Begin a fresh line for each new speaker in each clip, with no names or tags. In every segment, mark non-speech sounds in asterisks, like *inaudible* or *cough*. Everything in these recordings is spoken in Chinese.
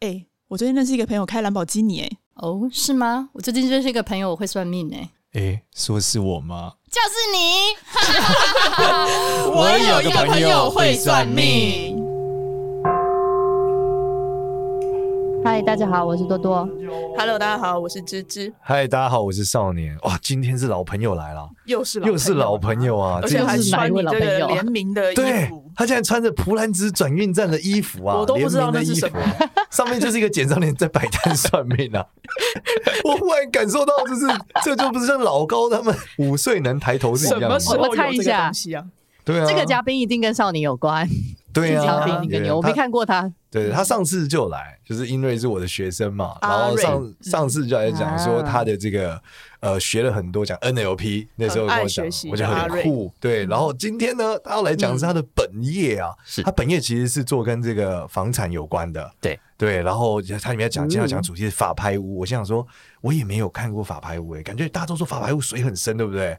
哎、我最近认识一个朋友开兰博基尼、哎，
哦，是吗？我最近认识一个朋友，我会算命哎、
诶，说是我吗？
就是你。
我有一个朋友会算命。
嗨，大家好，我是多多。
Hello，大家好，我是芝芝，
嗨，大家好，我是少年。哇，今天是老朋友来了，
又是
又是老朋友啊！
而且
这
还
又是哪
穿
一
你
位老
这
朋友
个联名的衣
对
服，
他竟然穿着普兰兹转运站的衣服啊，
我都不知道那是什么
联名的衣服，啊上面就是一个简少年在摆摊算命啊。我忽然感受到，就是这就不是像老高他们五岁能抬头是一
什
样
么
的
时候
吗？
有
我猜一
这个
下
东西啊？
对啊，
这个嘉宾一定跟少年有关，
对
这
啊，
个嘉
对
宾一定跟你有。我
他
没看过他，
嗯
对他上次就来，就是因为是我的学生嘛，
阿
然后
啊瑞嗯
上上次就来讲说
啊
他的这个呃学了很多讲 NLP，那时候
很爱
跟我讲
学习，
我觉
的
得
阿
很
瑞嗯
酷。对，然后今天呢，他要来讲是他的本业啊，
嗯是
他本业其实是做跟这个房产有关的。
对
对，然后他里面讲今天要讲主题是法拍
嗯
屋，我心想说我也没有看过法拍屋、欸，感觉大家都说法拍屋水很深，对不对？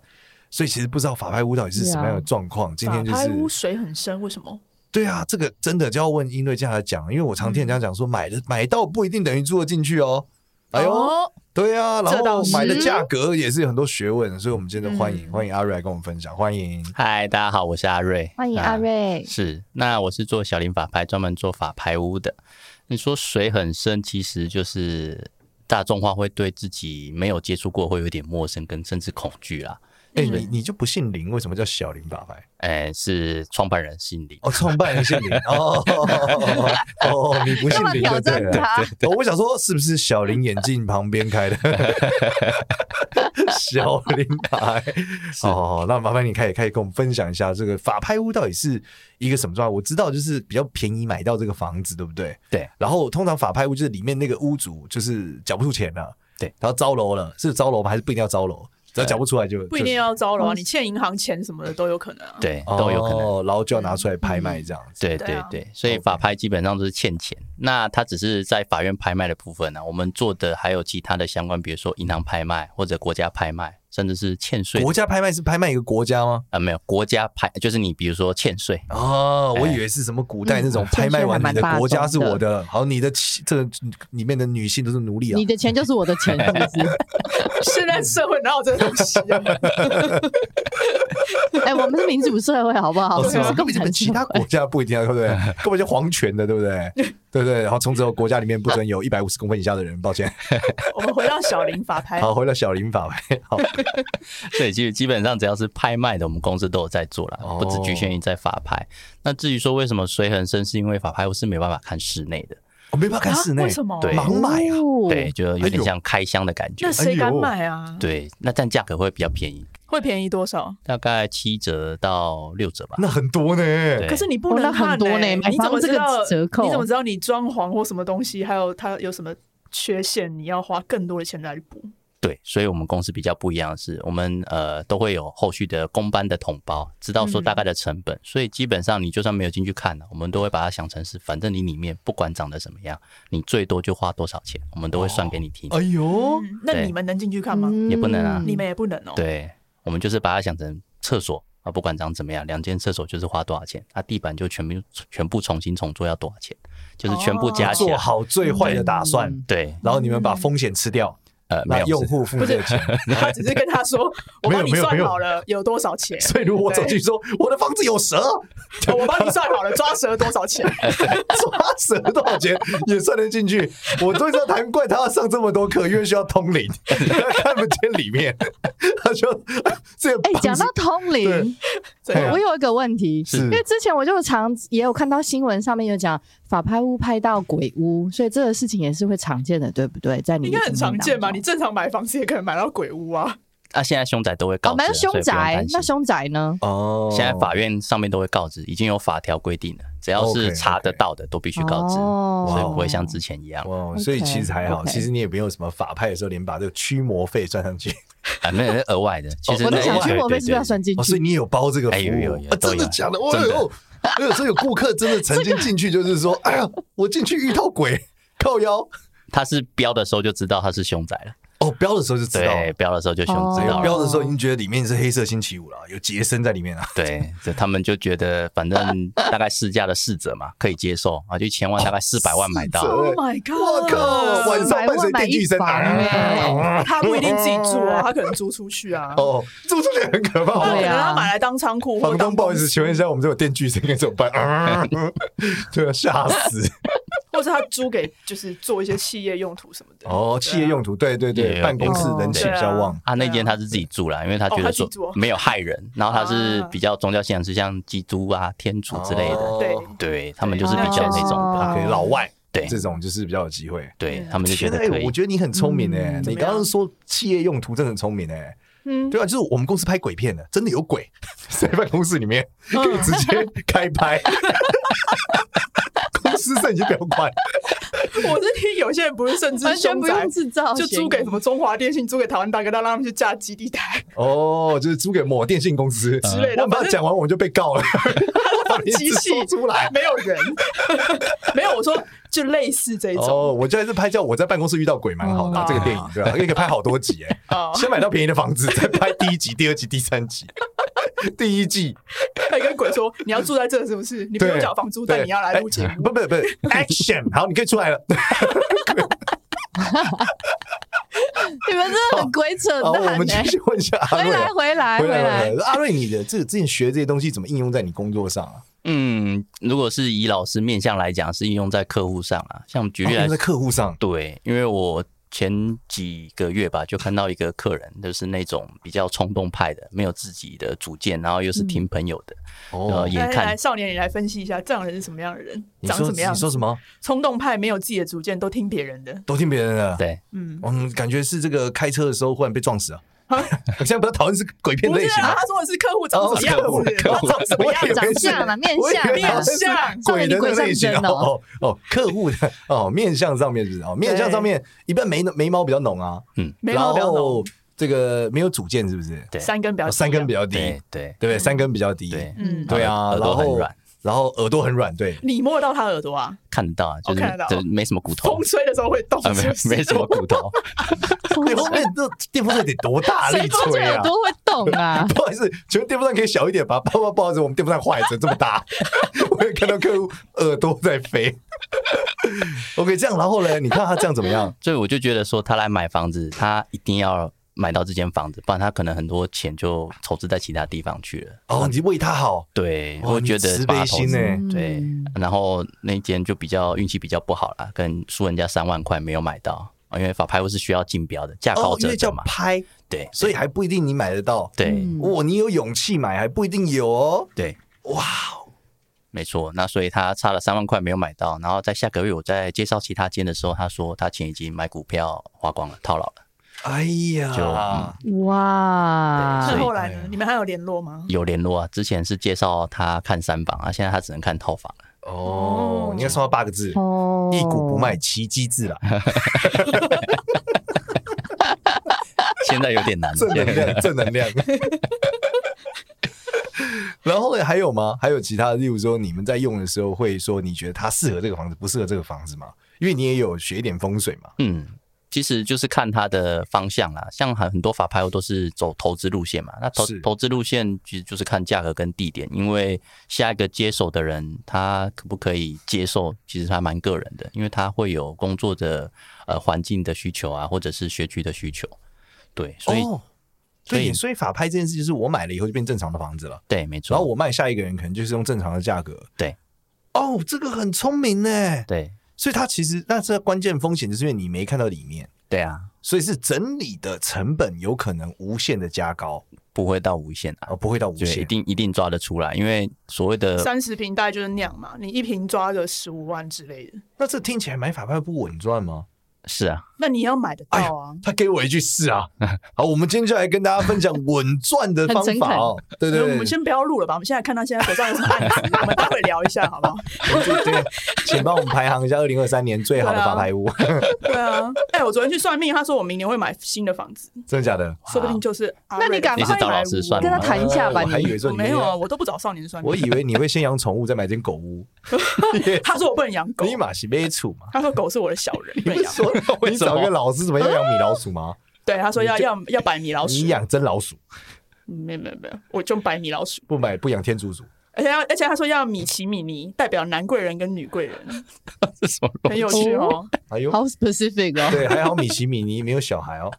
所以其实不知道法拍屋到底是什么样的状况。今
法
天就
拍
是
屋水很深，为什么？
对啊，这个真的就要问英瑞这样来讲，因为我常听人
嗯
家讲说，买的买到不一定等于住得进去哦。哎呦，
哦
对啊，然
这倒
后
是
买的价格也是有很多学问，所以我们今天就欢迎、
嗯
欢迎阿瑞来跟我们分享，欢迎。
嗨，大家好，我是阿瑞，
欢迎阿
啊。
哎
瑞。
是，那我是做小林法拍，专门做法拍屋的。你说水很深，其实就是大众化会对自己没有接触过会有点陌生，跟甚至恐惧啊啦。
哎、
嗯
你你就不姓林，为什么叫小林法拍？
哎，是创办人姓林，
哦，创办人姓林哦哦哦哦，你不姓林就对
干嘛挑战
了。
他
哦我想说，是不是小林眼镜旁边开的小林牌？哦，那麻烦你可以可以跟我们分享一下这个法拍屋到底是一个什么状况？我知道就是比较便宜买到这个房子，对不对？
对。
然后通常法拍屋就是里面那个屋主就是缴不出钱了，
对，
然后招楼了，是招楼吗？还是不一定要招楼？只要缴不出来就
不一定要招了啊，你欠银行钱什么的都有可能啊。，
对，
就
都有可能。
哦，然后就要拿出来拍卖这样子。
对
对
对
啊
对，所以
OK
法拍基本上都是欠钱，那它只是在法院拍卖的部分呢、啊我们做的还有其他的相关，比如说银行拍卖或者国家拍卖，甚至是欠税的
国家拍卖是拍卖一个国家吗？
啊、没有国家拍，就是你比如说欠税，
哦，我以为是什么古代那种
嗯
拍卖
欠税还
完你的
蛮大
国家
宗
是我
的
的，好，你的妻这个里面的女性都是奴隶啊
你。的钱就是我的钱，是不
*laughs*
是？
现在社会哪有这个东西啊？
哎，我们是民主社会，好不好？
哦，
我
是
们
吗？
是共
根本就
产
跟其
社
他
会
国。家不一定要，对 *laughs* 不对？根本就皇权的，对不对？对不对？然后从此后，国家里面不准有一百五十公分以下的人，抱歉。
我们回到小林法拍，
好，回到小林法牌。好，
所以基基本上只要是拍卖的，我们公司都有在做啦，
哦
不只局限于在法拍。那至于说为什么水很深，是因为法拍我是没办法看室内的，
我没办法看室内，
啊为什么
对
盲买啊。
哦
对，，就有
哎呦
点像开箱的感觉
那。谁敢
哎呦
买啊？
对，那但价格会比较便宜，
会便宜多少？
大概七折到六折吧。
那很多呢，
对
可是你不
哦
能
那很
看
多
欸
呢买
你怎
房
么
这
知
个
道
折扣
你怎么知道你装潢或什么东西，还有它有什么缺陷，你要花更多的钱来补？
对，所以我们公司比较不一样的是，我们呃都会有后续的公班的统包，知道
嗯
说大概的成本，所以基本上你就算没有进去看呢，啊我们都会把它想成是，反正你里面不管长得什么样，你最多就花多少钱，我们都会算给你听。
哎呦，
嗯那
对
你们能进去看吗？
嗯
也不能啊
你们也不能哦。，
对，我们就是把它想成厕所啊，不管长怎么样，两间厕所就是花多少钱，啊，地板就全部全部重新重做要多少钱，就是全部加起
做
哦
来。
好最坏的打算，
对，
然后你们把风险吃掉，
呃，没
那
有
用
是
户付这个钱。
他只是跟他
*laughs*
说，我帮你
没有没有
算
没有
好了有多少
*laughs*
钱，
所以如果我走进去说我的房子有蛇，
哦我帮你算好了抓蛇多少
*laughs*
钱。
抓蛇多少钱也算得进去。我都知道难怪他要上这么多课，因为需要通灵， *laughs* 他看不见里面，他就 *laughs* 这个
哎
房子。，
讲到通灵，
对啊
我有一个问题，
是
因为之前我就常也有看到新闻上面有讲法拍屋拍到鬼屋，所以这个事情也是会常见的，对不对？在你
应
的
该很
经验
常见吧？
当中
你正常买房子也可能买到鬼屋
*laughs*
啊。
啊，现在凶宅都会告
哦，
知
没
啊，
有
所以
凶
不用
宅
担，心
那凶宅呢？
哦
现在法院上面都会告知，已经有法条规定了，只要
OK，OK
是查得到的都必须告知，
哦
所以不会像之前一样
哇，
OK，
所以其实还好
OK
其实你也不用什么法拍的时候连把这个驱魔费算
*laughs*
上去，
啊，那是额外的。其实
哦
我
那
在想
都对
去
对
我为
对
什么要算进
哦，所以
*laughs*
去？
你有包这个服务？
哎有有有
啊
都
真
有
的假的？哦
真的
呦，哎呦，所以有顾客真的曾经进去就
*laughs*
是说，哎呀，我进去遇到鬼，靠腰。
他是标的时候就知道他是凶宅了，
哦，哦，标的时候就知道了
对，，标的时候就
哦
熊知
对
道了。
标的时候已经觉得里面是黑色星期五了，有杰森在里面啊。
对，这他们就觉得反正大概市价的四折嘛，可以接受啊，就一千万大概四百万买到。
四折
Oh my god！
我靠，晚上伴随电锯声啊！
他不一定自己住啊，他可能租出去啊。
哦，这不是很可怕
他可
吗
对
能
啊？
他买来当仓库或
房
当
东，不好意思，请问一
下，
下，我们这有电锯声应该怎么办？啊 *laughs* 对啊，吓死！
或者他租给就是做一些企业用途什么的。
哦，企业用途，对对对，
也
办公室
哦
人气比较旺。
啊，那间他是自己住啦，因为他觉
哦他
得
自己
说
住哦
没有害人，然后他是
啊
比较宗教信仰是像基督啊、天主之类的，
哦
对
对他们就是比
对
较那种
哦
吧，
OK，老外
对
这种就是比较有机会。
对
嗯
他们就觉得
天啊
可
哎
以
我。觉得你很聪明哎，
嗯
你
怎么样
刚刚说企业用途真的很聪明哎。
嗯，
对啊，就是我们公司拍鬼片的，真的有鬼在办公室里面，
嗯
可以直接开拍。公司剩一条款，
*laughs* 我是听有些人不是甚至
完全
凶
不
宅
用。制造，
就租给什么中华电信，租给台湾大哥大，让他们去架基地
*laughs*
台，
哦，就是租给某电信公司
之类的
我们把它讲完我们就
*laughs*
被告了，把名字
机器
说出来。
没有人， *laughs* 没有。我说就类似这种
哦，我这次拍叫我在办公室遇到鬼，蛮好的、
哦
这个电影，
*laughs*
对吧、可以拍好多集哎、
啊，
先买到便宜的房子，再拍第一集、第二集、第三
*laughs*
集。第一季，
他跟鬼说你要住在这是不是？你不
对，
用缴房租，但
对
你要来录节
哎
目。
不不不，Action！好，你可以出来了。
你们真的很鬼扯
哦
好，我
淡
们继
欸
续问一下阿
回
瑞
来
啊。
回来
回
回
来
来
回，来，阿瑞，你的这个之前学这些东西怎么应用在你工作上啊？
嗯，如果是以老师面向来讲，是应用在客户上啊，像举
哦
例
应
来
用在客户上，
对，因为我前几个月吧，就看到一个客人，就是那种比较冲动派的，没有自己的主见，然后又是听朋友的，呃，
哦，
眼
哎来
看
来，少年，你来分析一下，这样的人是什么样的人，
你
长
说
什么样
你？说什么？
冲动派，没有自己的主见，都听别人的。
都听别人的，
对，
嗯，
嗯，感觉是这个开车的时候忽然被撞死啊。 *laughs* 我现在不要讨论是鬼片
不
类
是
型
啊，
吗？
他说的是客户长什么样
哦是
子，
客户
他长什么样
我以
子
为是
长相
*laughs*
啊，面
我以
相
为
啊
面，
是
相
鬼的那个类型
上面你鬼上身
哦
哦
哦，客户的哦，面相上面是不是哦，面相上面一般眉眉毛比较浓啊，
眉毛比较
*laughs* 然
浓
后，这个没有主见是不是？
对
三根比较啊
哦三根比
较。
较低，
对对
对不对？三根比较低，
对，
嗯，
对啊，
耳
然
朵很
后
软
然后耳朵很软，
*laughs*
对，
你摸得到他的耳朵啊？
看得到啊，
哦
就是
看得到
就是没什么骨头
风，吹的时候会动，
啊，没
是不是
没什么骨头，
对，后面这电风扇哎得多大力
谁说这
吹
耳
啊？
朵会动啊？
不好意思，请问电风扇可以小一点吧？不不不好意思，我们电风扇坏成这么
*laughs*
大，我也看到客户耳朵在飞。OK，这样然后呢？你看他这样怎么
*laughs*
样？
所以我就觉得说，他来买房子，他一定要买到这间房子，不然他可能很多钱就投资在其他地方去了。
哦，你为他好，
对，
哦
我觉
你
得
慈
把它
悲
投
心欸
资
呢、
*laughs*
嗯
对，
嗯
然后那间就比较运气比较不好啦，跟输人家三万块没有买到，因为法拍屋是需要竞标的，价高
哦，因
者
为
得
叫
嘛，
拍，
对，
所以还不一定你买得到。
对
嗯
哇、你有勇气买还不一定有哦。
对，
哇，
哦没错。那所以他差了三万块没有买到，然后在下个月我在介绍其他间的时候，他说他钱已经买股票花光了，套牢了，
哎
就嗯
呀，
哇
那
对所以
后来
哎呀
呢？你们还有联络吗？
有联络啊。之前是介绍他看三房啊，现在他只能看套房了。
哦
哦，
你要送他八个字：
哦
一股不卖，奇迹自来。，
现在有点难
正能
*laughs*
量，正能量。 *laughs* 然后呢？还有吗？还有其他的，例如说你们在用的时候会说你觉得它适合这个房子，不适合这个房子吗？因为你也有学一点风水嘛。
嗯，其实就是看它的方向啦。像很很多法拍屋都是走投资路线嘛，那投
是
投资路线其实就是看价格跟地点，因为下一个接手的人他可不可以接受，其实还蛮个人的，因为他会有工作的呃环境的需求啊，或者是学区的需求。对，所以、
哦，
所以
对，所以法拍这件事就是我买了以后就变正常的房子了，
对，没错。
然后我卖下一个人可能就是用正常的价格。
对，
哦，这个很聪明呢。
对
所以它其实那这个关键风险就是因为你没看到里面，
对啊，
所以是整理的成本有可能无限的加高，
不会到无限啊
而，不会到无
对，
限
一。定一定抓得出来，因为所谓
呃
的
三十平大概就是那样嘛，你一平抓个十五万之类的，
那这听起来买法拍不稳赚吗？*laughs*
是啊，
那你要买得
哎呀
到啊。
他给我一句是啊，好，我们今天就来跟大家分享稳赚的方法哦。对
所
对
以我
对，
们先不要录了吧，我们现在看他现在手上有什么案子，我们待会聊一下，好不好？*laughs*
对对，请帮我们排行一下二零二三年最
啊
好的 *laughs* 法拍屋，
对啊，哎，我昨天去算命，他说我明年会买新的房子，
真的假的？
说不定就是阿瑞
那你赶
你
快
是找
买
老
屋
师算
跟
的
他
吗？
谈一下吧
我还以
你
为
我
说你
没有啊，，我都不找少年算命。
我以为你会先养宠物，再买间狗屋。
他说我不能养狗，哎
你马是没处嘛？
他说狗是我的小人，不
你
能
不是
养。
说你找一个老师怎么要养米老鼠吗？
对，他说要
你就
要要百 *laughs* 米老鼠嗯
你，养真老鼠，
没有没有没有，我就百米老鼠，
不买不养天竺鼠。
而且要而且他说要米奇米妮，代表男贵人跟女贵人，
哦这什么
很有趣哦。
哎呦，
好 specific 哦。
对，还好米奇米妮没有小孩哦，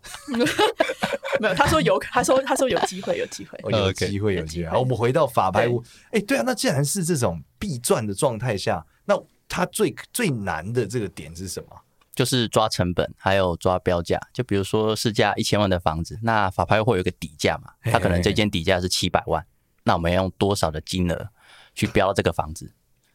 没有，他说有，他说他说有机会，有机会。
哦有
OK
机会有
有
机
机
会。
会
好，我们回到法拍屋，哎，对啊，那既然是这种必赚的状态下，那它最最难的这个点是什么？
就是抓成本，还有抓标价。就比如说市价一千万的房子，那法拍会有一个底价嘛，
嘿
它可能这间底价是七百万，那我们要用多少的金额去标这个房子？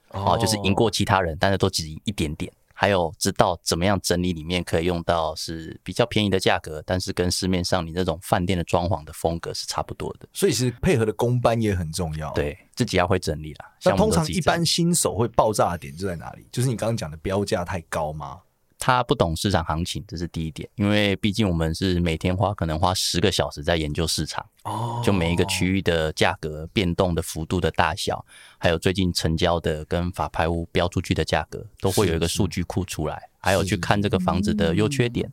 哦，就是赢过其他人，但是都只赢一点点。还有知道怎么样整理里面可以用到是比较便宜的价格，但是跟市面上你那种饭店的装潢的风格是差不多的。
所以其实配合的公班也很重要。，
对自己要会整理啦。
那
像我
通
们都
常
自己
一
整理
般新手会爆炸的点就在哪里？就是你刚刚讲的标价太高吗？
他不懂市场行情，这是第一点，因为毕竟我们是每天花可能花十个小时在研究市场，
哦
就每一个区域的价格变动的幅度的大小，还有最近成交的跟法拍屋标出去的价格，都会有一个数据库出来，还有去看这个房子的优缺点。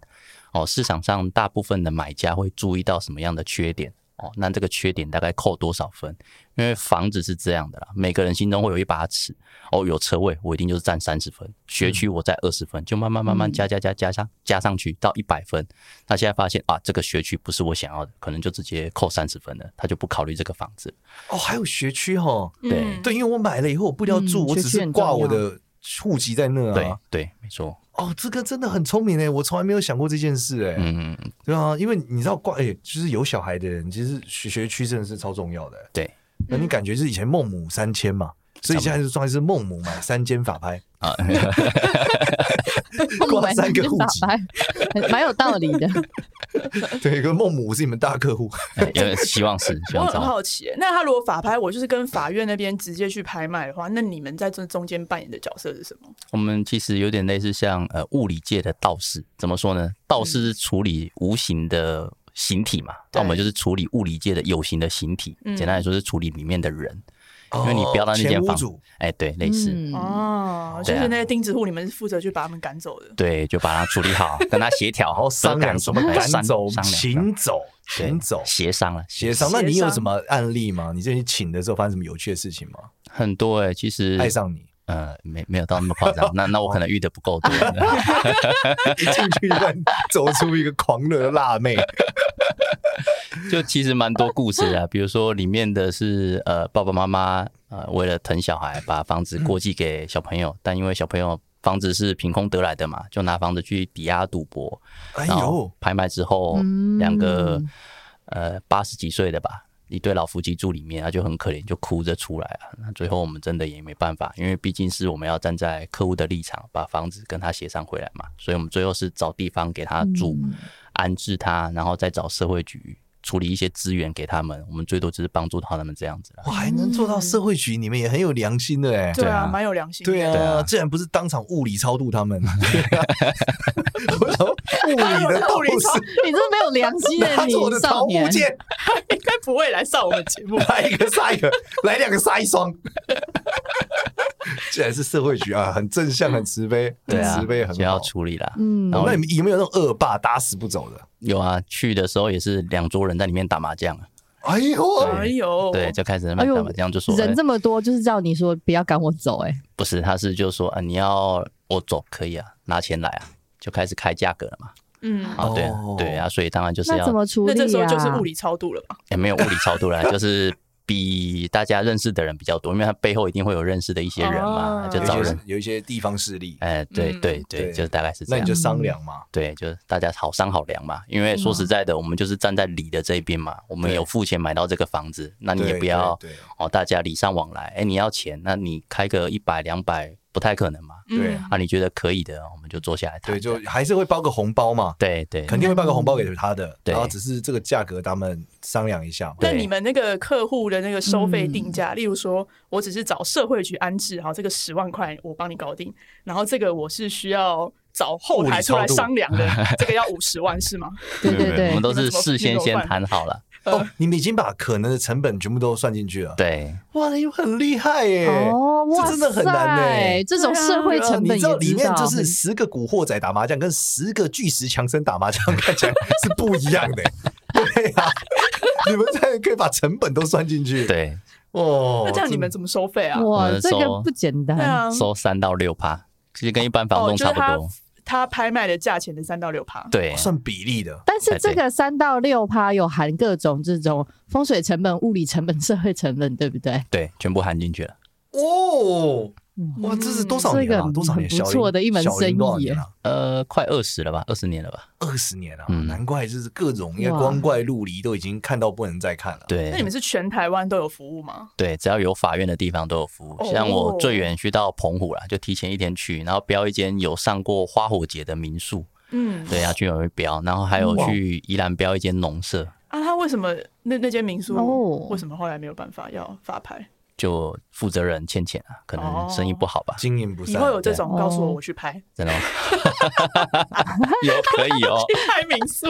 哦，市场上大部分的买家会注意到什么样的缺点？哦，那这个缺点大概扣多少分？因为房子是这样的啦，每个人心中会有一把尺。哦，有车位，我一定就是占三十分；学区我在二十分，就慢慢慢慢
嗯
加加加加上加上去到一百分。那现在发现啊，这个学区不是我想要的，可能就直接扣三十分了，他就不考虑这个房子。
哦，还有学区哦，
*laughs* 对
嗯
对，因为我买了以后我不一定要住，
嗯
我只
学区
是
很
挂
重
我
要
的户籍在那
对
啊。
对，没错。
哦，这个真的很聪明哎，我从来没有想过这件事哎。
嗯，
对啊，因为你知道挂哎，就是有小孩的人，其实学学区真的是超重要的。
对，
那你感觉是以前孟母三迁嘛？所以现在就算是孟母买三间法拍，挂三个户籍
法拍， *laughs* 蛮有道理的。
对，跟孟母是你们大客户，
哎因为希
*laughs*
望是希
我
望
很
找
好奇耶，那他如果法拍，我就是跟法院那边直接去拍卖的话，那你们在这中间扮演的角色是什么？
我们其实有点类似像呃物理界的道士，怎么说呢？道士是处理无形的形体嘛，那我们
嗯对
就是处理物理界的有形的形体。
嗯
简单来说是处理里面的人，因为你
哦
标到那
前
间
屋
房
主，
哎，对，类似。
嗯
哦，就
对啊
是那些钉子户，你们是负责去把他们赶走的。
对，就把它处理好，跟他协调，
然后 *laughs* 商量怎么赶走、
商量
请走、
对
请走、
协商了，
协
协
商。那你
协
有
商
什么案例吗？你这里请的时候发生什么有趣的事情吗？
很多哎、其实
爱上你，
呃，没没有到那么夸张，那那我可能遇的 *laughs* 不够多，
一进去突然走出一个狂热的辣妹，
就其实蛮多故事的啊，比如说里面的是呃爸爸妈妈呃为了疼小孩，把房子过继给小朋友，但因为小朋友房子是凭空得来的嘛，就拿房子去抵押赌博，
哎
然
呦
后，拍卖之后，
嗯
两个呃八十几岁的吧，一对老夫妻住里面，他就很可怜，就哭着出来啊。那最后我们真的也没办法，因为毕竟是我们要站在客户的立场，把房子跟他协商回来嘛，所以我们最后是找地方给他住，
嗯
安置他，然后再找社会局处理一些资源给他们，我们最多只是帮助到他们这样子啦。
哇，还能做到社会局，你们也很有良心的哎。
对
啊
啊，蛮有良心。
对，啊，
啊
竟然不是当场物理超度他
*laughs*
们，我想说物理的
物理
斗
超
士 *laughs*
你这没有良心的
拿
你
着我的桃
少
木
年，
剑，。
应该不会来上我们节目
来一个杀一个，来两个杀一双。竟然是社会局啊，很正向，很慈悲，
对
很
啊
慈悲，，很
就要
好。哦
处理啦。
嗯
然后
那你们有没有那种恶霸打死不走的？
有啊，去的时候也是两桌人在里面打麻将啊，
哎呦，
哎呦，
*laughs*
哦
对，就开始在那
哎
边
呦
打麻将，就说哎
人这么多，就是叫你说不要赶我走、哎，
不是，他是就说啊，你要我走可以啊，拿钱来啊，就开始开价格了嘛。
嗯，
啊，对啊
哦
对啊，所以当然就是
那
要
怎么处理、
那
啊？
这时候就是物理超度了吧？
也没有物理超度啦，就是比大家认识的人比较多，因为他背后一定会有认识的一些人嘛，
哦
啊
就
有一
找
些
人。
有一些地方势力，
哎，对
嗯
对对，
对
就是大概是这
那你
样
就。商量嘛。
对，就是大家好商好量嘛，因为说实在的，我们就是站在理的这一边嘛，我们
对
有付钱买到这个房子，那嗯你
对
也不要
对对
哦，大家礼尚往来。哎，你要钱，那你开个一百两百不太可能嘛，
对
嗯
啊，你觉得可以的，我们就坐下来谈
对，。就还是会包个红包嘛，
对对，
肯定会包个红包给他的。
对
然后只是这个价格他们商量一下嘛。
那
对
你们那个客户的那个收费定价，例如说，我只是找社会局安置，好，这个十万块我帮你搞定，然后这个我是需要找后台出来商量的，这个要五十万是吗？
对对
我
对
们，都是事先先谈好了，
哦，你们已经把可能的成本全部都算进去了。
对，
哇，你很厉害耶！
哦，哇
这真的很难
塞
呢。
这种社会
对啊
成本
你知道
也
里面
道
就是十个古惑仔打麻将跟十个巨石强森打麻将 *laughs* 看起来是不一样的，对呀、你们这可以把成本都算进去，
对，
哦
那这样你
真
们怎么收费啊？
我
哇，
们
这
收
个不简
对
单。
啊，
收三到六趴，其实跟一般房
哦
东
就
差
是
不
他哦
多。
他拍卖的价钱的三到六趴。
对，
算比例的，
但是
哎
这
对
个三到六趴有含各种这种风水成本、物理成本、社会成本，对不对？
对，全部含进去了。
哦，哇，
嗯
这是多少年
啊这
啊
个？
多少年？
很不
小林
错的一门
小林多少
生意耶
年啊？
呃，快二十了吧，二十年了吧？
二十年啊！
嗯
难怪就是各种应该
哇
光怪陆离都已经看到不能再看了。，
那你
对
们是全台湾都有服务吗？
对，只要有法院的地方都有服务。
哦
像我最远去到澎湖啦，就提前一天去，然后标一间有上过花火节的民宿，
嗯，
对，要去有人标，然后还有去宜兰标一间农舍，
啊，他为什么那那间民宿
哦
为什么后来没有办法要发牌？
就负责人欠钱啊，可能生
哦
意不好吧？
经营不啊
以
善。
后有这种
对
告诉我
哦
我去拍 *laughs*
真的吗？ *laughs* 有可以哦，
拍民宿，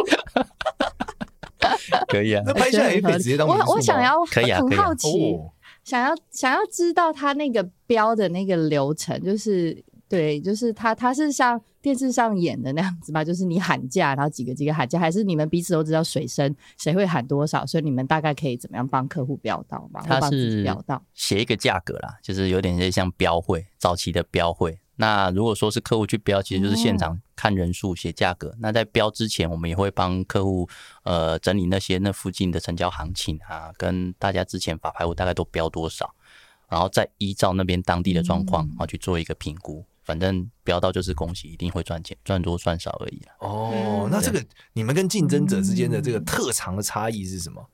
可以啊
那，拍
哎
下来也可以直接当民宿吗
我我想要
可以啊
很
可以啊
好奇，
哦，
想要想要知道他那个标的那个流程，就是对，就是他他是像电视上演的那样子吗？就是你喊价，然后几个几个喊价，还是你们彼此都知道水深谁会喊多少，所以你们大概可以怎么样帮客户标到吗？或
它
帮自己
是
标到
写一个价格啦，就是有点像标会，早期的标会。那如果说是客户去标，其实就是
哦
现场看人数写价格。那在标之前，我们也会帮客户呃整理那些那附近的成交行情啊，跟大家之前法拍我大概都标多少，然后再依照那边当地的状况
嗯
啊去做一个评估。反正标到就是恭喜，一定会赚钱，赚多赚少而已啦。
嗯
哦，那这个你们跟竞争者之间的这个特长的差异是什么？
嗯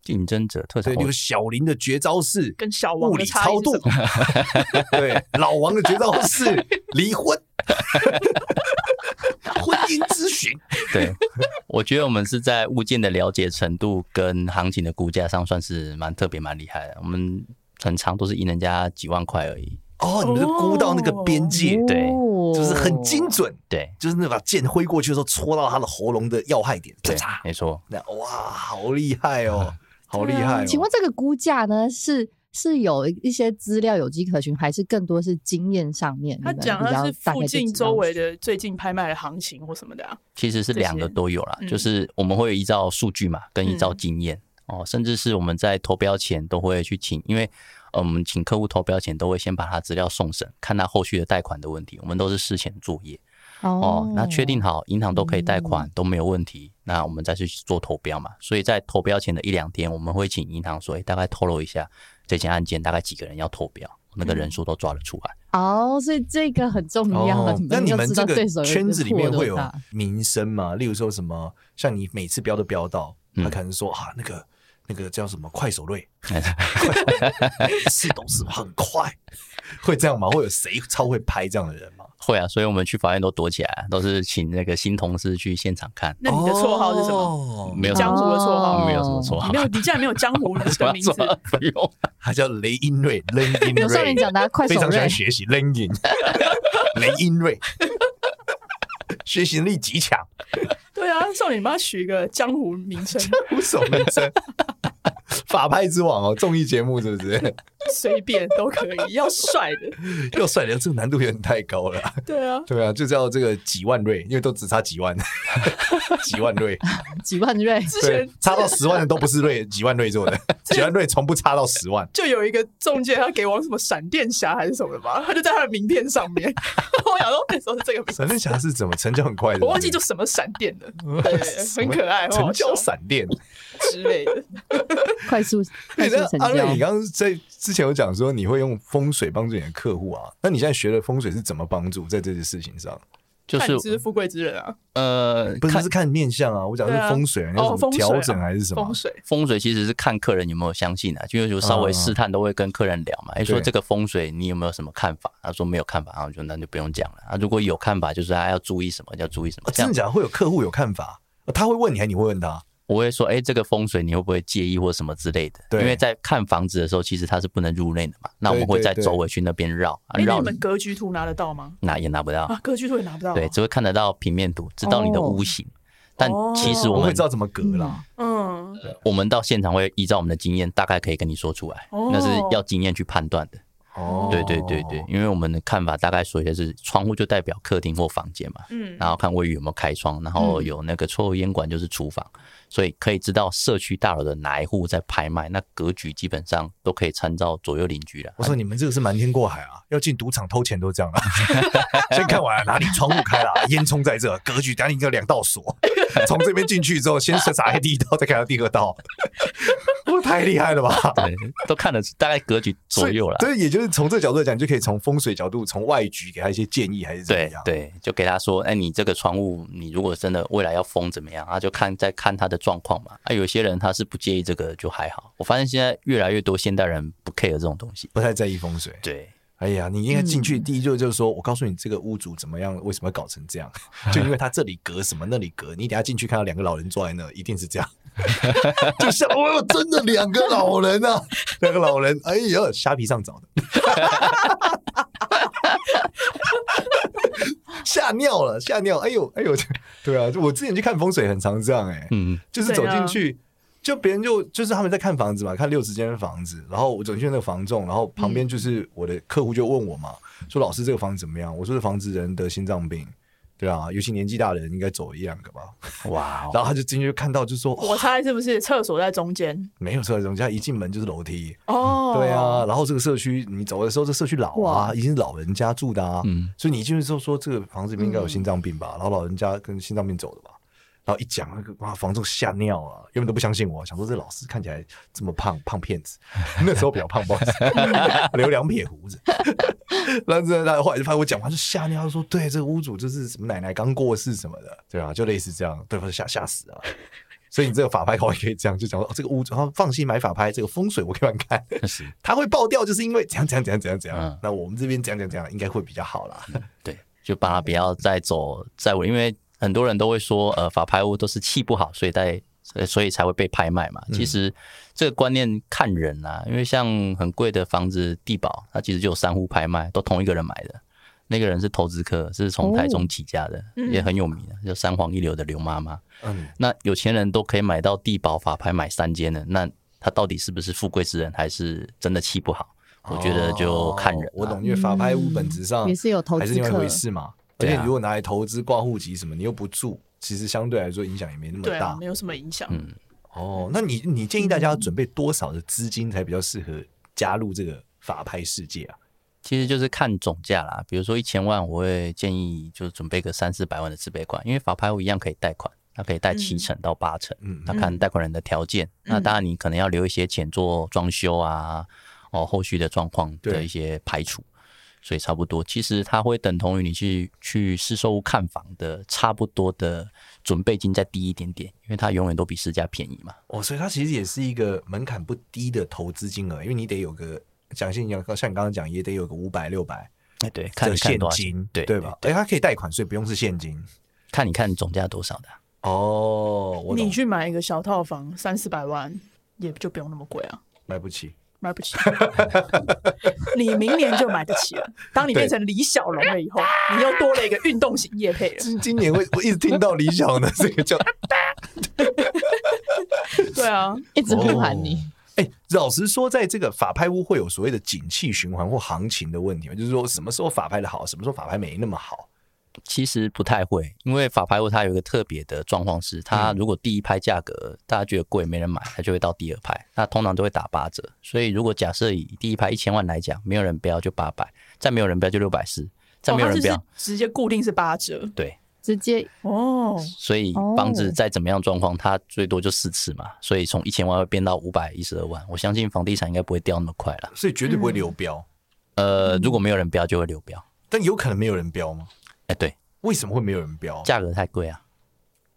竞争者特
对，
长，
有小林的绝招是
跟小王
物
的
理
差异
超
是什
度
么？，
*laughs* 对，老王的绝招是离婚， *laughs* 婚姻咨询。
对，我觉得我们是在物件的了解程度跟行情的估价上算是蛮特别、蛮厉害的。我们很常都是赢人家几万块而已。
哦，你们是估到那个边界，
对
欸就是很精准，
对，
就是那把剑挥过去的时候戳到他的喉咙的要害点，
对
嚓，
没错。
那哇，好厉害
*laughs*
哦，好厉害、哦！
啊请问这个估价呢是？是有一些资料有迹可循，还是更多是经验上面？
他
你们
讲
比
他
较
是
大概
附
就
近
知
周
道
围的最近拍卖的行情或什么的啊。
其实是两
这
个
些
都有啦，
嗯
就是我们会依照数据嘛，跟依照
嗯
经验、哦，甚至是我们在投标前都会去请，因为呃我们请客户投标前都会先把他资料送审，看他后续的贷款的问题，我们都是事前作业。哦，嗯那确定好银行都可以贷款、都没有问题，那我们再去做投标嘛。所以在投标前的一两天，我们会请银行说，哎、大概透露一下这件案件大概几个人要投标，那个人数都抓得出来。
哦，所以这个很重要。啊
哦，那你
就
们
知
这
道
个
对手有
圈
多
子里面
大
会有名声吗？例如说什么，像你每次标都标到，
嗯
他可能说啊，那个那个叫什么快
*laughs*
手类，每次都 *laughs* 是很快， *laughs* 会这样吗？会有谁超会拍这样的人吗？
会啊，所以我们去法院都躲起来，都是请那个新同事去现场看，
那你的绰号是什么？
么
没有
江湖的绰号
哦
没有 *laughs* 什么错
你，没有，你竟然没有江湖人
*laughs*
的名字，
不用，
他叫雷英瑞，雷
*laughs*
英
刘少
瑞
林，讲的啊快
非
手
常喜
瑞
欢，学习，雷英， *laughs* 雷英瑞， *laughs* 学习能力极强，
对啊，少年，你帮他取一个江湖名称，
无所不生， *laughs* 法拍之王哦，综艺节目是不是？ *laughs*
随便都可以，要帅的，
要帅的，这个难度有点太高了。
对啊，
对啊，就叫这个几万瑞，因为都只差几万， *laughs* 几万
*laughs*
瑞，
几万瑞，
之
对
前，
差到十万的都不
*laughs*
是瑞，几万瑞做的，几万瑞从不差到十万。
就有一个中介，他给我什么闪电侠还是什么的吧，他就在他的名片上面。 *laughs* 我想说那时候是这个名字，
闪电侠是怎么成交很快的？
我忘记就什么闪电了，对， *laughs* 很可爱，很
成
好笑
交闪电。
之类的。
快速快
*laughs* 对，
速
那
成
阿瑞，
交
你。刚刚在之前有讲说你会用风水帮助你的客户啊，那你现在学的风水是怎么帮助在这件事情上？
就
看你是不
是
是富贵之人啊，
呃，
不是
看
是看面相啊，我讲的
对
是
啊
风水，你
哦
要怎么
风水啊
调整还是什么
风？水
风水其实是看客人有没有相信啊，就有稍微试探都会跟客人聊嘛，哎、说
嗯对
这个风水你有没有什么看法？他说没有看法，然后就那就不用讲了啊。如果有看法，就是哎他要注意什么，要注意什么
哦，
这
真
样
的假的？会有客户有看法，哦他会问你，还是你会问他？
我会说，哎、这个风水你会不会介意或什么之类的？
对
因为在看房子的时候，其实它是不能入内的嘛。那我们会在周围去那边绕，啊
哎，那
绕
你们格局图拿得到吗？
拿也拿不到
啊，，格局图也拿不到啊。
对，只会看得到平面图，知道你的
哦
屋型。但其实
哦
我
我会
们
知道怎么隔啦。
嗯，
我们到现场会依照我们的经验，大概可以跟你说出来，
哦
那是要经验去判断的。
嗯
哦
对对对对，，因为我们的看法大概说一下是窗户就代表客厅或房间嘛，
嗯
然后看卫浴有没有开窗，然后有那个抽油烟管就是厨房，所以可以知道社区大楼的哪一户在拍卖，那格局基本上都可以参照左右邻居了。
我说你们这个是瞒天过海啊！要进赌场偷钱都这
*laughs*
样啊！先看完了哪里窗户开了啊， *laughs* 烟囱在这，格局等下你有两道锁，从这边进去之后，先是砸开第一道，再开到第二道， *laughs* 我太厉害了吧！
对，哎都看得大概格局左右了。
所以对，也就是从这个角度来讲，你就可以从风水角度，从外局给他一些建议，还是怎么
对
样？
对，就给他说，哎，你这个窗户，你如果真的未来要封怎么样啊？就看再看他的状况嘛。啊，有些人他是不介意这个，就还好。我发现现在越来越多现代人不 care 这种东西。
不太在意风水。
对，
哎呀，你应该进去第一就就是说，我告诉你这个屋主怎么样，为什么要搞成
*laughs*
这样，就因为他这里隔什么那里隔，你等下进去看到两个老人坐在那，一定是这
*laughs*
样。就像我有真的两个老人啊，两个老人，哎呀，虾皮上找的， *laughs* 吓尿了，吓尿，哎呦，哎 *laughs* 呦，对啊，我之前去看风水很常这样、哎，
嗯，
就是走进去，就别人就就是他们在看房子嘛，看六十间房子，然后我走进去那个房仲，然后旁边就是我的客户就问我嘛，说老师这个房子怎么样？我说这房子人得心脏病，对啊，尤其年纪大的人应该走一两个吧。
哇哦，
然后他就进去就看到就说，
我
哇，
猜是不是厕所在中间？
没有车，人家一进门就是楼梯，
哦，
对啊，，然后这个社区你走的时候，这社区老啊，已经是老人家住的啊，
嗯
所以你进去之后说这个房子里面应该有心脏病吧，然后老人家跟心脏病走的吧，然后一讲那个哇，房仲吓尿啊，原本都不相信我，想说这老师看起来这么胖，胖骗子，那时候比较胖，不好意思， *laughs* 留两撇胡子，然后然后后来就发现我讲话就吓尿，他说对，这个屋主就是什么奶奶刚过世什么的，对啊，就类似这样，对方吓吓死啊。所以你这个法拍考也可以这样，就讲说、哦、这个屋主，他放心买法拍，这个风水我可以帮你看。 *laughs*
是
它会爆掉，就是因为怎样怎样怎样怎样怎样。
嗯
那我们这边怎样怎样怎样，应该会比较好啦。
对，就把他不要再走再稳，因为很多人都会说，呃，法拍屋都是气不好，所以在呃所以才会被拍卖嘛。其实这个观念看人啊，因为像很贵的房子地保，它其实就有三户拍卖，都同一个人买的。那个人是投资客，是从台中起家的，
嗯
也很有名的，就三皇一流的刘妈妈。
嗯，
那有钱人都可以买到地保法拍买三间的，那他到底是不是富贵之人，还是真的气不好？我觉得就看人、啊
哦我懂，因为法拍屋本质上
也是有投
还
资
是另外一
客
回，事嘛。而
对啊
且你如果拿来投资挂户籍什么，你又不住，其实相对来说影响也没那么
对啊
大，。
没有什么影响。
嗯，
哦，那你你建议大家要准备多少的资金才比较适合加入这个法拍世界啊？
其实就是看总价啦，比如说一千万，我会建议就准备个三四百万的自备款，因为法拍屋一样可以贷款，它可以贷七成到八成，
嗯，
那看贷款人的条件。那当然你可能要留一些钱做装修啊，哦后续的状况的
对
一些排除，所以差不多，其实它会等同于你去去市售屋看房的差不多的准备金再低一点点，因为它永远都比市价便宜嘛。
哦，所以它其实也是一个门槛不低的投资金额，因为你得有个。讲信讲，像你刚刚讲，也得有个五百六百
哎，对，看
的
你看
现
多少
金
钱，，对
对吧？？哎，它可以贷款，所以不用是现金。
看你看总价多少的啊、
哦，我懂
你去买一个小套房，三四百万也就不用那么贵啊，
买不起。
买不起。
*laughs*
你明年就买得起了。当你变成李小龙了以后，你又多了一个运动型叶配了。
今今年会我一直听到李小的这
*laughs*
个叫，
对啊，
一直呼喊你。
哎、老实说，在这个法拍屋会有所谓的景气循环或行情的问题吗？就是说，什么时候法拍的好，什么时候法拍没那么好？
其实不太会，因为法拍屋它有一个特别的状况是，
嗯
它如果第一拍价格大家觉得贵没人买，它就会到第二拍，那通常都会打八折。所以如果假设以第一拍一千万来讲，没有人标就八百，再没有人标就六百四，再
哦，
没有
它
人
就是
标，
直接固定是八折
对，
直接
哦。
所以房子再怎么样状况，它最多就四次嘛，所以从一千万会变到五百一十二万。我相信房地产应该不会掉那么快了。
所以绝对不
嗯
会流标，
呃，
嗯
如果没有人标就会流标，
但有可能没有人标吗？
哎，对，
为什么会没有人标？
价格太贵啊，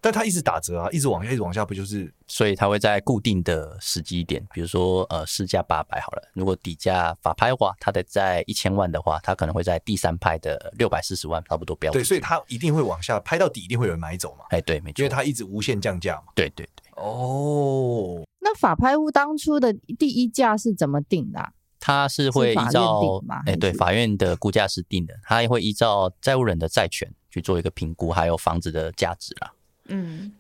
但它一直打折啊，一直往下，一直往下，不就是
所以它会在固定的时机点，比如说呃市价八百好了，如果底价法拍的话，它的在一千万的话，它可能会在第三拍的六百四十万差不多标
对？
准。
所以它一定会往下，拍到底一定会有人买走嘛，
哎，对，没
因
错
为，它一直无限降价嘛。
对对对，
哦，
那法拍屋当初的第一价是怎么定的啊、
它是会
是法
依
院
照
定吗
哎
还
对
是
法院的估价是定的，它会依照债务人的债权去做一个评估，还有房子的价值啦。
嗯，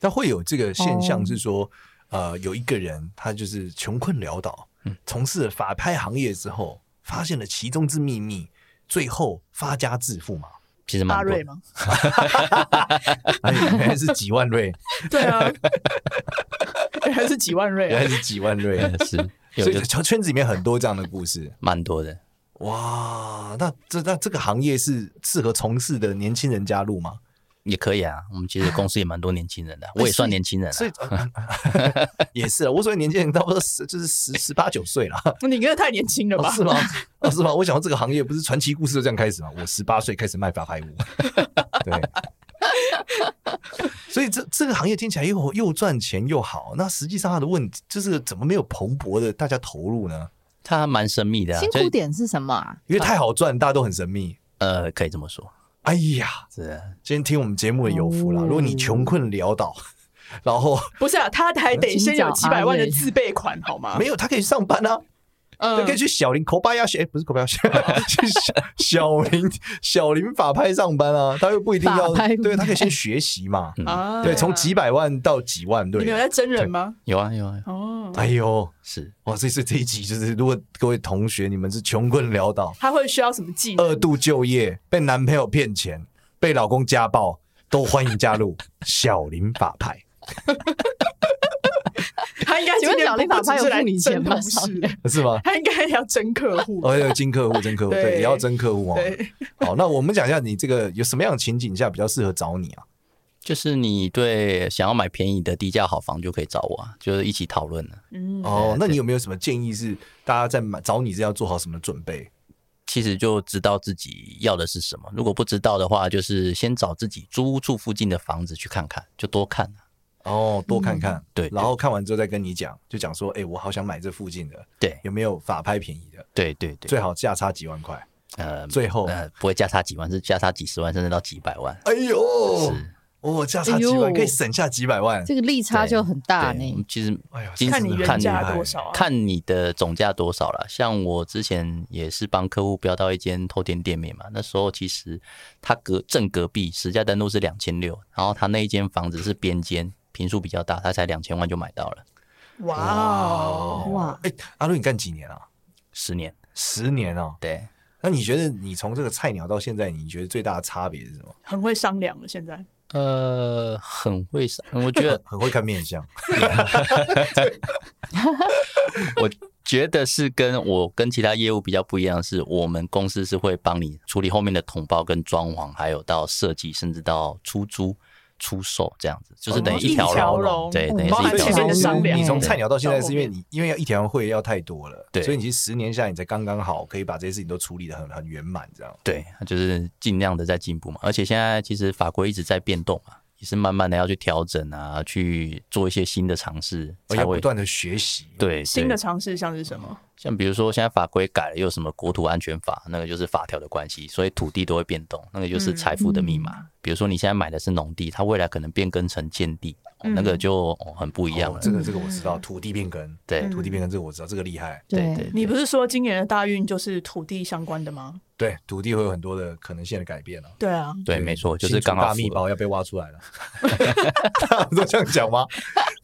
那会有这个现象
哦
是说，呃，有一个人他就是穷困潦倒，
嗯
从事了法拍行业之后，发现了其中之秘密，最后发家致富
*laughs*
嘛。
其实
巴
蛮多
瑞
的。
吗？
哎，原来是几万
*laughs*
瑞，
对
*laughs*
啊，还是几万瑞、
原
啊
来。是几万瑞，
对是有
所以
有
圈圈子里面很多这样的故事。
蛮多的。
哇，那这那这个行业是适合从事的年轻人加入吗？
也可以啊，我们其实公司也蛮多年轻人
哎
的，我也算年轻人啊
所以
了。、
呃 *laughs* 也是啊，我所谓年轻人差不多十就是十十八九岁了，
你真的太年轻了吧？
哦是吗？哦是吗？我想到这个行业不是传奇故事就这样开始吗？我十八岁开始卖法拍屋，对。所以这这个行业听起来又又赚钱又好，那实际上它的问题就是怎么没有蓬勃的大家投入呢？
他蛮神秘的、啊，
辛
就是
苦点是什么啊？
因为太好赚，大家都很神秘。
呃，可以这么说，
哎呀，
是啊的
今天听我们节目的有福了。如果你穷困潦倒，然后
不是啊，他还得先有几百万的自备款，好吗？
没有，他可以去上班啊，他
嗯
可以去小林口巴亚学，哎不是口巴亚学， *laughs* 去小小林小林法拍上班啊，他又不一定要
法拍，
对他可以先学习嘛。
嗯
啊
对，从几百万到几万，
你们有
对。
在真人吗？
有啊有啊，有啊
哦，
哎呦，
是
哇！这次这一集就是，如果各位同学你们是穷困潦倒、
他会需要什么技能？
二度就业、被男朋友骗钱、被老公家暴，都欢迎加入小林法拍。
他应该
请问
今天
小林
不
法拍有
不只是来
付你钱吗
争同事
少年
是吗？
*laughs* 他应该要争客户。
哦，要真客户，真客户，对，
对
也要真客户哦。
对，
好，那我们讲一下你这个有什么样的情景下比较适合找你啊？
就是你对想要买便宜的低价好房就可以找我啊，就是一起讨论了。
嗯，
哦，那你有没有什么建议是大家在买找你是要做好什么准备？
其实就知道自己要的是什么，如果不知道的话，就是先找自己租屋处附近的房子去看看，就多看啊、
哦，多看看，
对
然后看完之后再跟你讲，就讲说，哎，我好想买这附近的，
对
有没有法拍便宜的？
对对对，
最好价差几万块。
呃
最后
呃不会价差几万，是价差几十万甚至到几百万。
哎呦，
是
哦，价差几万
哎呦
可以省下几百万。
这个利差就很大
对
呢。
其实
哎呦，
金
看你
子
原
看
价
厉害
多少啊？
看你的总价多少了。像我之前也是帮客户标到一间透天店面嘛，那时候其实他隔正隔壁实价登录是两千六，然后他那一间房子是边间，平数比较大，他才两千万就买到了，
哇
哦
哦，
哇，
哎，阿陆，你干几年啊？
十年。
十年啊？
对，
那你觉得你从这个菜鸟到现在，你觉得最大的差别是什么？
很会商量了，现在
呃，很会商，我觉得
很会看面相。
我觉得是跟我跟其他业务比较不一样的是，我们公司是会帮你处理后面的统包跟装潢，还有到设计，甚至到出租、出售这样子，就是等于一条
哦一条
龙。
龙
对，
哦
等于
包
是
含
一条
前面
龙
的。商量。
你从
嗯
菜鸟到现在，是因为你因为要一条会要太多了，
对
所以你其实十年下来，你才刚刚好可以把这些事情都处理的很很圆满，这样。
对，就是尽量的在进步嘛。而且现在其实法规一直在变动嘛，也是慢慢的要去调整啊，去做一些新的尝试，
而
才
哦要不
会
断的学习。，
对
新
对
的尝试像是什么？
像比如说现在法规改了，又有什么国土安全法，那个就是法条的关系，所以土地都会变动，那个就是财富的密码。比如说你现在买的是农地，它未来可能变更成建地，哦那个就、哦很不一样
哦
了。
这个这个我知道，土地变更，
对
土地变更这个我知道，这个厉害。
对对，
你不是说今年的大运就是土地相关的吗？
对，土地会有很多的可能性的改变啊。
对啊，
对，没错，就
新
是
竹
刚好
大
符
密
合
包要被挖出来了， *laughs* 大家都这样讲吗？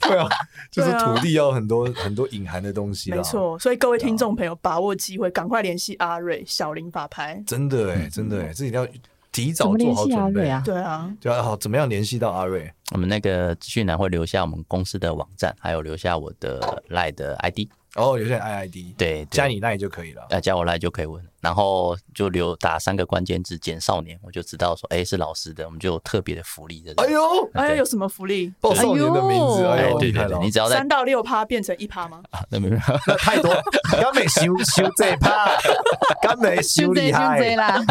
对啊，就是
对啊
土地要很多很多隐含的东西啦
没，错。所以各位听
啊
众朋友，把握机会，赶快联系阿瑞、小林法拍。
真的
嗯
哎，真的哎，这一定要提
怎
早
么
做
联
好
系阿
准
瑞
备 *laughs*
啊。？
对啊，
对啊，好，怎么样联系到阿瑞？
我们那个资讯栏会留下我们公司的网站，还有留下我的 Line 的 ID。
哦，有些人 IID，
对，对
加你那里就可以了。
呃，加我来就可以问，然后就留打三个关键字“简少年”，我就知道说，哎，是老师的，我们就有特别的福利的。
哎呦，
哎，有什么福利？
报少年的名字，
哎
哎呦，
对
厉害
对
了
对，！你只要在
三到六趴变成一趴
*laughs*
吗？
啊那没有，
那太多，刚没修修这一趴，刚没修
就这
厉
就
害。
这
*laughs*
啦，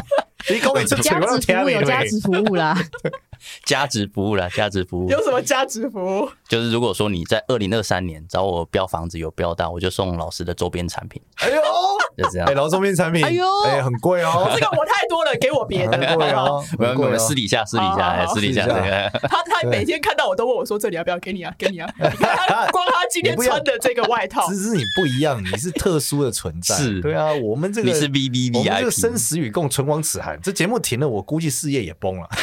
你讲的这嘴
价
我都
值
听
服务
不
有
懂
价值服务啦，
*laughs*
价值服务啦，价值服务
有什么价值服务？
就是如果说你在二零二三年找我标房子有标到，我就送老师的周边产品，
哎呦，
就这样
哎，。然后周边产品，
哎呦
哎，很贵哦，
*laughs* 这个我太多了，给我别的。
很贵哦，
没有，
很贵
我们
哦
私底下，私底
好好
下，哎
好
私底下
私
这
底
个，
他他每天看到我都问我说：“这里要不要给你啊？给你啊！” *laughs* 你看他光他今天穿的这个外套
只，是你不一样，你是特殊的存在。
*laughs* 是
对啊，我们这个
你是
我们这个
VVVIP，
生死与共，唇亡齿寒。这节目停了，我估计事业也崩了。 *laughs*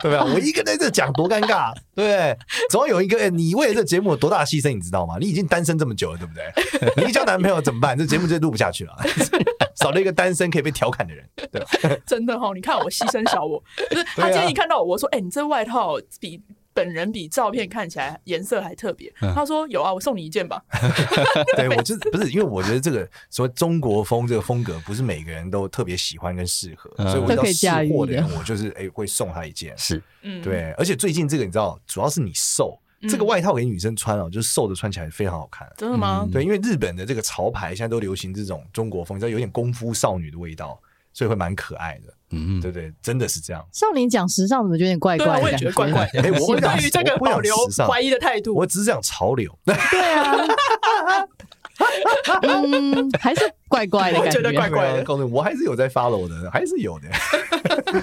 对不对？我一个人在这讲多尴尬，对不对？总要有一个，哎你为了这节目有多大的牺牲，你知道吗？你已经单身这么久了，对不对？ *laughs* 你一交男朋友怎么办？这节目就录不下去了， *laughs* 少了一个单身可以被调侃的
*laughs*
人，对吧？
真的哦，你看我牺牲小我，就是
对啊
他今天一看到我，我说：“哎、你这外套比本人比照片看起来颜色还特别。
嗯
他说：“有啊，我送你一件吧。
对我就是不是因为我觉得这个所谓中国风这个风格，不是每个人都特别喜欢跟适合，
嗯
所以我遇
都
到
可以
识
驾驭
货的人，
的
我就是哎、会送他一件。
是，”
嗯，，
对，而且最近这个你知道，主要是你瘦，这个
嗯
外套给女生穿哦，就是瘦的穿起来非常好看。
真的吗？
对，因为日本的这个潮牌现在都流行这种中国风，你知道有点功夫少女的味道，所以会蛮可爱的，
嗯，
对不对？真的是这样。
少林讲时尚怎么觉得有点
嗯
怪
对啊，
怪
我
的
也
感
觉得怪怪的。
哎我
我
不想
对于这个
我不想
保留
时尚
怀疑的态度，
我只是讲潮流，
对啊，嗯，还是怪怪
*laughs*
的感
我觉得怪怪的
告诉你，我还是有在 follow 的，还是有的。 *laughs*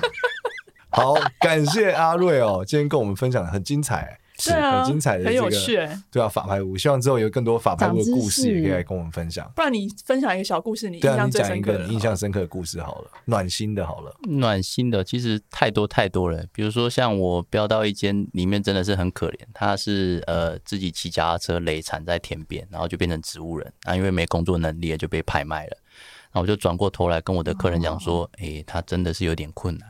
好，感谢阿瑞哦，今天跟我们分享的很精彩，
对啊，
很精彩的
很
这
有
个，
趣、哎
对啊，法拍屋，希望之后有更多法拍屋
长
的
知
故事也可以
识
来跟我们分享。
不然你分享一个小故事，你印
对啊，
象
你
最
讲一
深刻
个
的
你印象深刻的故事好了，暖心的好了，
暖心的其实太多太多了。比如说像我飙到一间里面真的是很可怜，他是呃自己骑脚踏车累残在田边，然后就变成植物人，啊因为没工作能力就被拍卖了。然后我就转过头来跟我的客人讲说，诶、他真的是有点困难。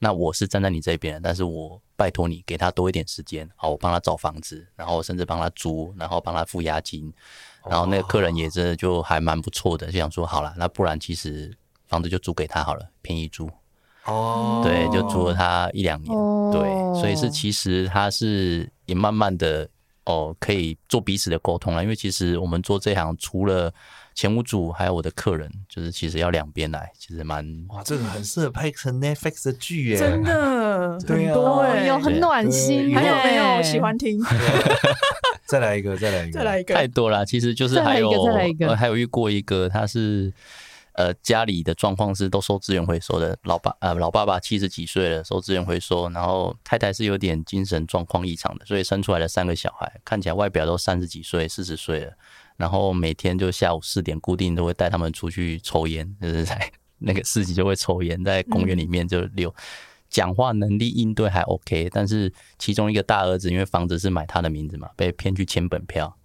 那我是站在你这边的，但是我拜托你给他多一点时间，好，我帮他找房子，然后甚至帮他租，然后帮他付押金，然后那个客人也真的就还蛮不错的，就想说好了，那不然其实房子就租给他好了，便宜租，
嗯
哦
对，就租了他一两年，对，所以是其实他是也慢慢的哦，可以做彼此的沟通了，因为其实我们做这行除了前屋主还有我的客人，就是其实要两边来，其实蛮
哇，这个很适合拍成 Netflix 的剧耶，
真的
对啊
很多哎、
有很暖心，
还有没有
哎
喜欢听？
*laughs* 再来一个，再来一个，
再来一个，啊
太多了，其实就是还有
再来一个再来一个
呃还有遇过一个，他是呃家里的状况是都收资源回收的，老爸呃老爸爸七十几岁了，收资源回收，然后太太是有点精神状况异常的，所以生出来了三个小孩，看起来外表都三十几岁、四十岁了，然后每天就下午四点固定都会带他们出去抽烟，就是在 *laughs* 那个市集就会抽烟，在公园里
嗯
面就溜。讲话能力应对还 OK，但是其中一个大儿子因为房子是买他的名字嘛，被骗去签本票，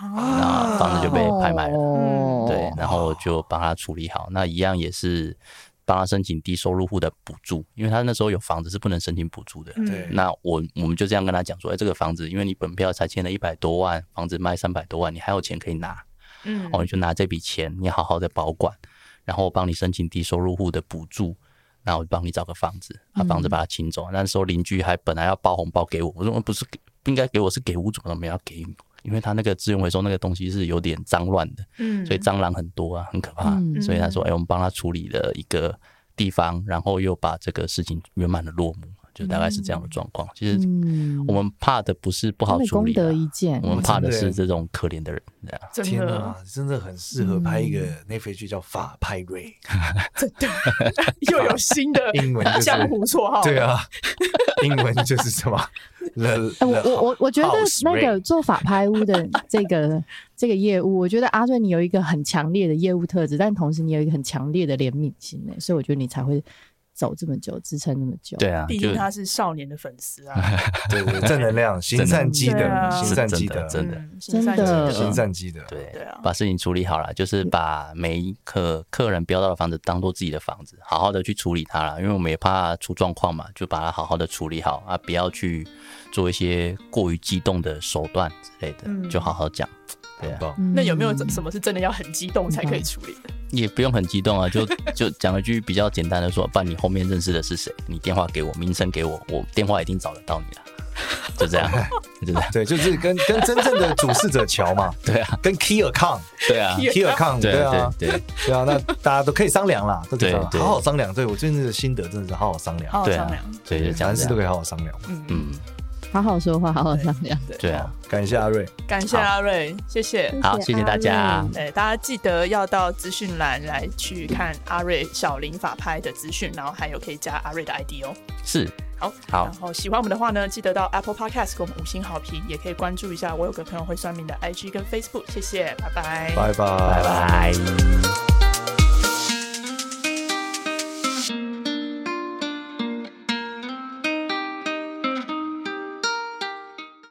那房子就被拍卖了。
嗯
哦
对，然后就帮他处理好。那一样也是帮他申请低收入户的补助，因为他那时候有房子是不能申请补助
嗯
的。
对
那我我们就这样跟他讲说，哎，这个房子因为你本票才签了一百多万，房子卖三百多万，你还有钱可以拿，
嗯
哦，你就拿这笔钱，你好好的保管，然后我帮你申请低收入户的补助。那我帮你找个房子，把房子把它清走。那时候邻居还本来要包红包给我，我说呃不是给不应该给我，是给屋主，怎么要给你？因为他那个资源回收那个东西是有点脏乱的，
嗯
所以蟑螂很多啊，很可怕。
嗯
所以他说：“哎、我们帮他处理了一个地方，然后又把这个事情圆满的落幕，就大概是这样的状况。其实
嗯
我们怕的不是不好
真的
处理、
功
啊
德一件，
我们怕
真
的
的
是
耶
这种可怜的人，啊这样
真
天啊
的嗯
哪，真的很适合拍一个 Netflix 剧叫《法拍瑞》，
又有新的
英文就
*laughs*
是
江湖绰号，
对，啊，英文就是
*laughs*
什么 the
哎，我我我我觉得
House
那个
Ray
做法拍屋
*laughs*
的这个这个业务，我觉得阿瑞你有一个很强烈的业务特质，但同时你有一个很强烈的怜悯心呢，所以我觉得你才会走这么久，支撑这么久。
对，啊，
毕
就
竟他是少年的粉丝啊，
对对正能量，行善积
对
德，
啊
行
是
善
真
积
的
德，
真的。
嗯行
真的
善积德
行善积德，
对
对啊
把事情处理好了，就是把每一个客人标到的房子当做自己的房子，好好的去处理它了，因为我们也怕出状况嘛，就把它好好的处理好啊，不要去做一些过于激动的手段之类的，
嗯
就好好讲。对
很
啊，
棒。
嗯
那有没有什么是真的要很激动才可以处理的？
也不用很激动啊，就 *laughs* 就讲一句比较简单的说，把你后面认识的是谁，你电话给我，名称给我，我电话一定找得到你了，就这样，就这样，
对，就是跟跟真正的主事者瞧嘛，
对啊，
跟 Key Account
对啊， *laughs*
Key Account
对
啊
啊，，对对
对啊，那大家都可以商量啦，都可以商量
对对
好好商量。对我最近的心得真的是好好商量，
好好
对
商
啊
量。，
所以就这样
凡事
子
都，可以好好商量。
嗯，
嗯，
好好说话，好好商量。
对啊，
感谢阿瑞，
感谢阿瑞，谢谢。
好，谢谢大家。
对，大家记得要到资讯栏来去看阿瑞小林法拍的资讯，然后还有可以加阿瑞的 ID 哦。
是，
好，
好
然后喜欢我们的话呢，记得到 Apple Podcast 给我们五星好评，也可以关注一下我有个朋友会算命的 IG 跟 Facebook。谢谢，拜拜。
拜拜，拜
拜拜。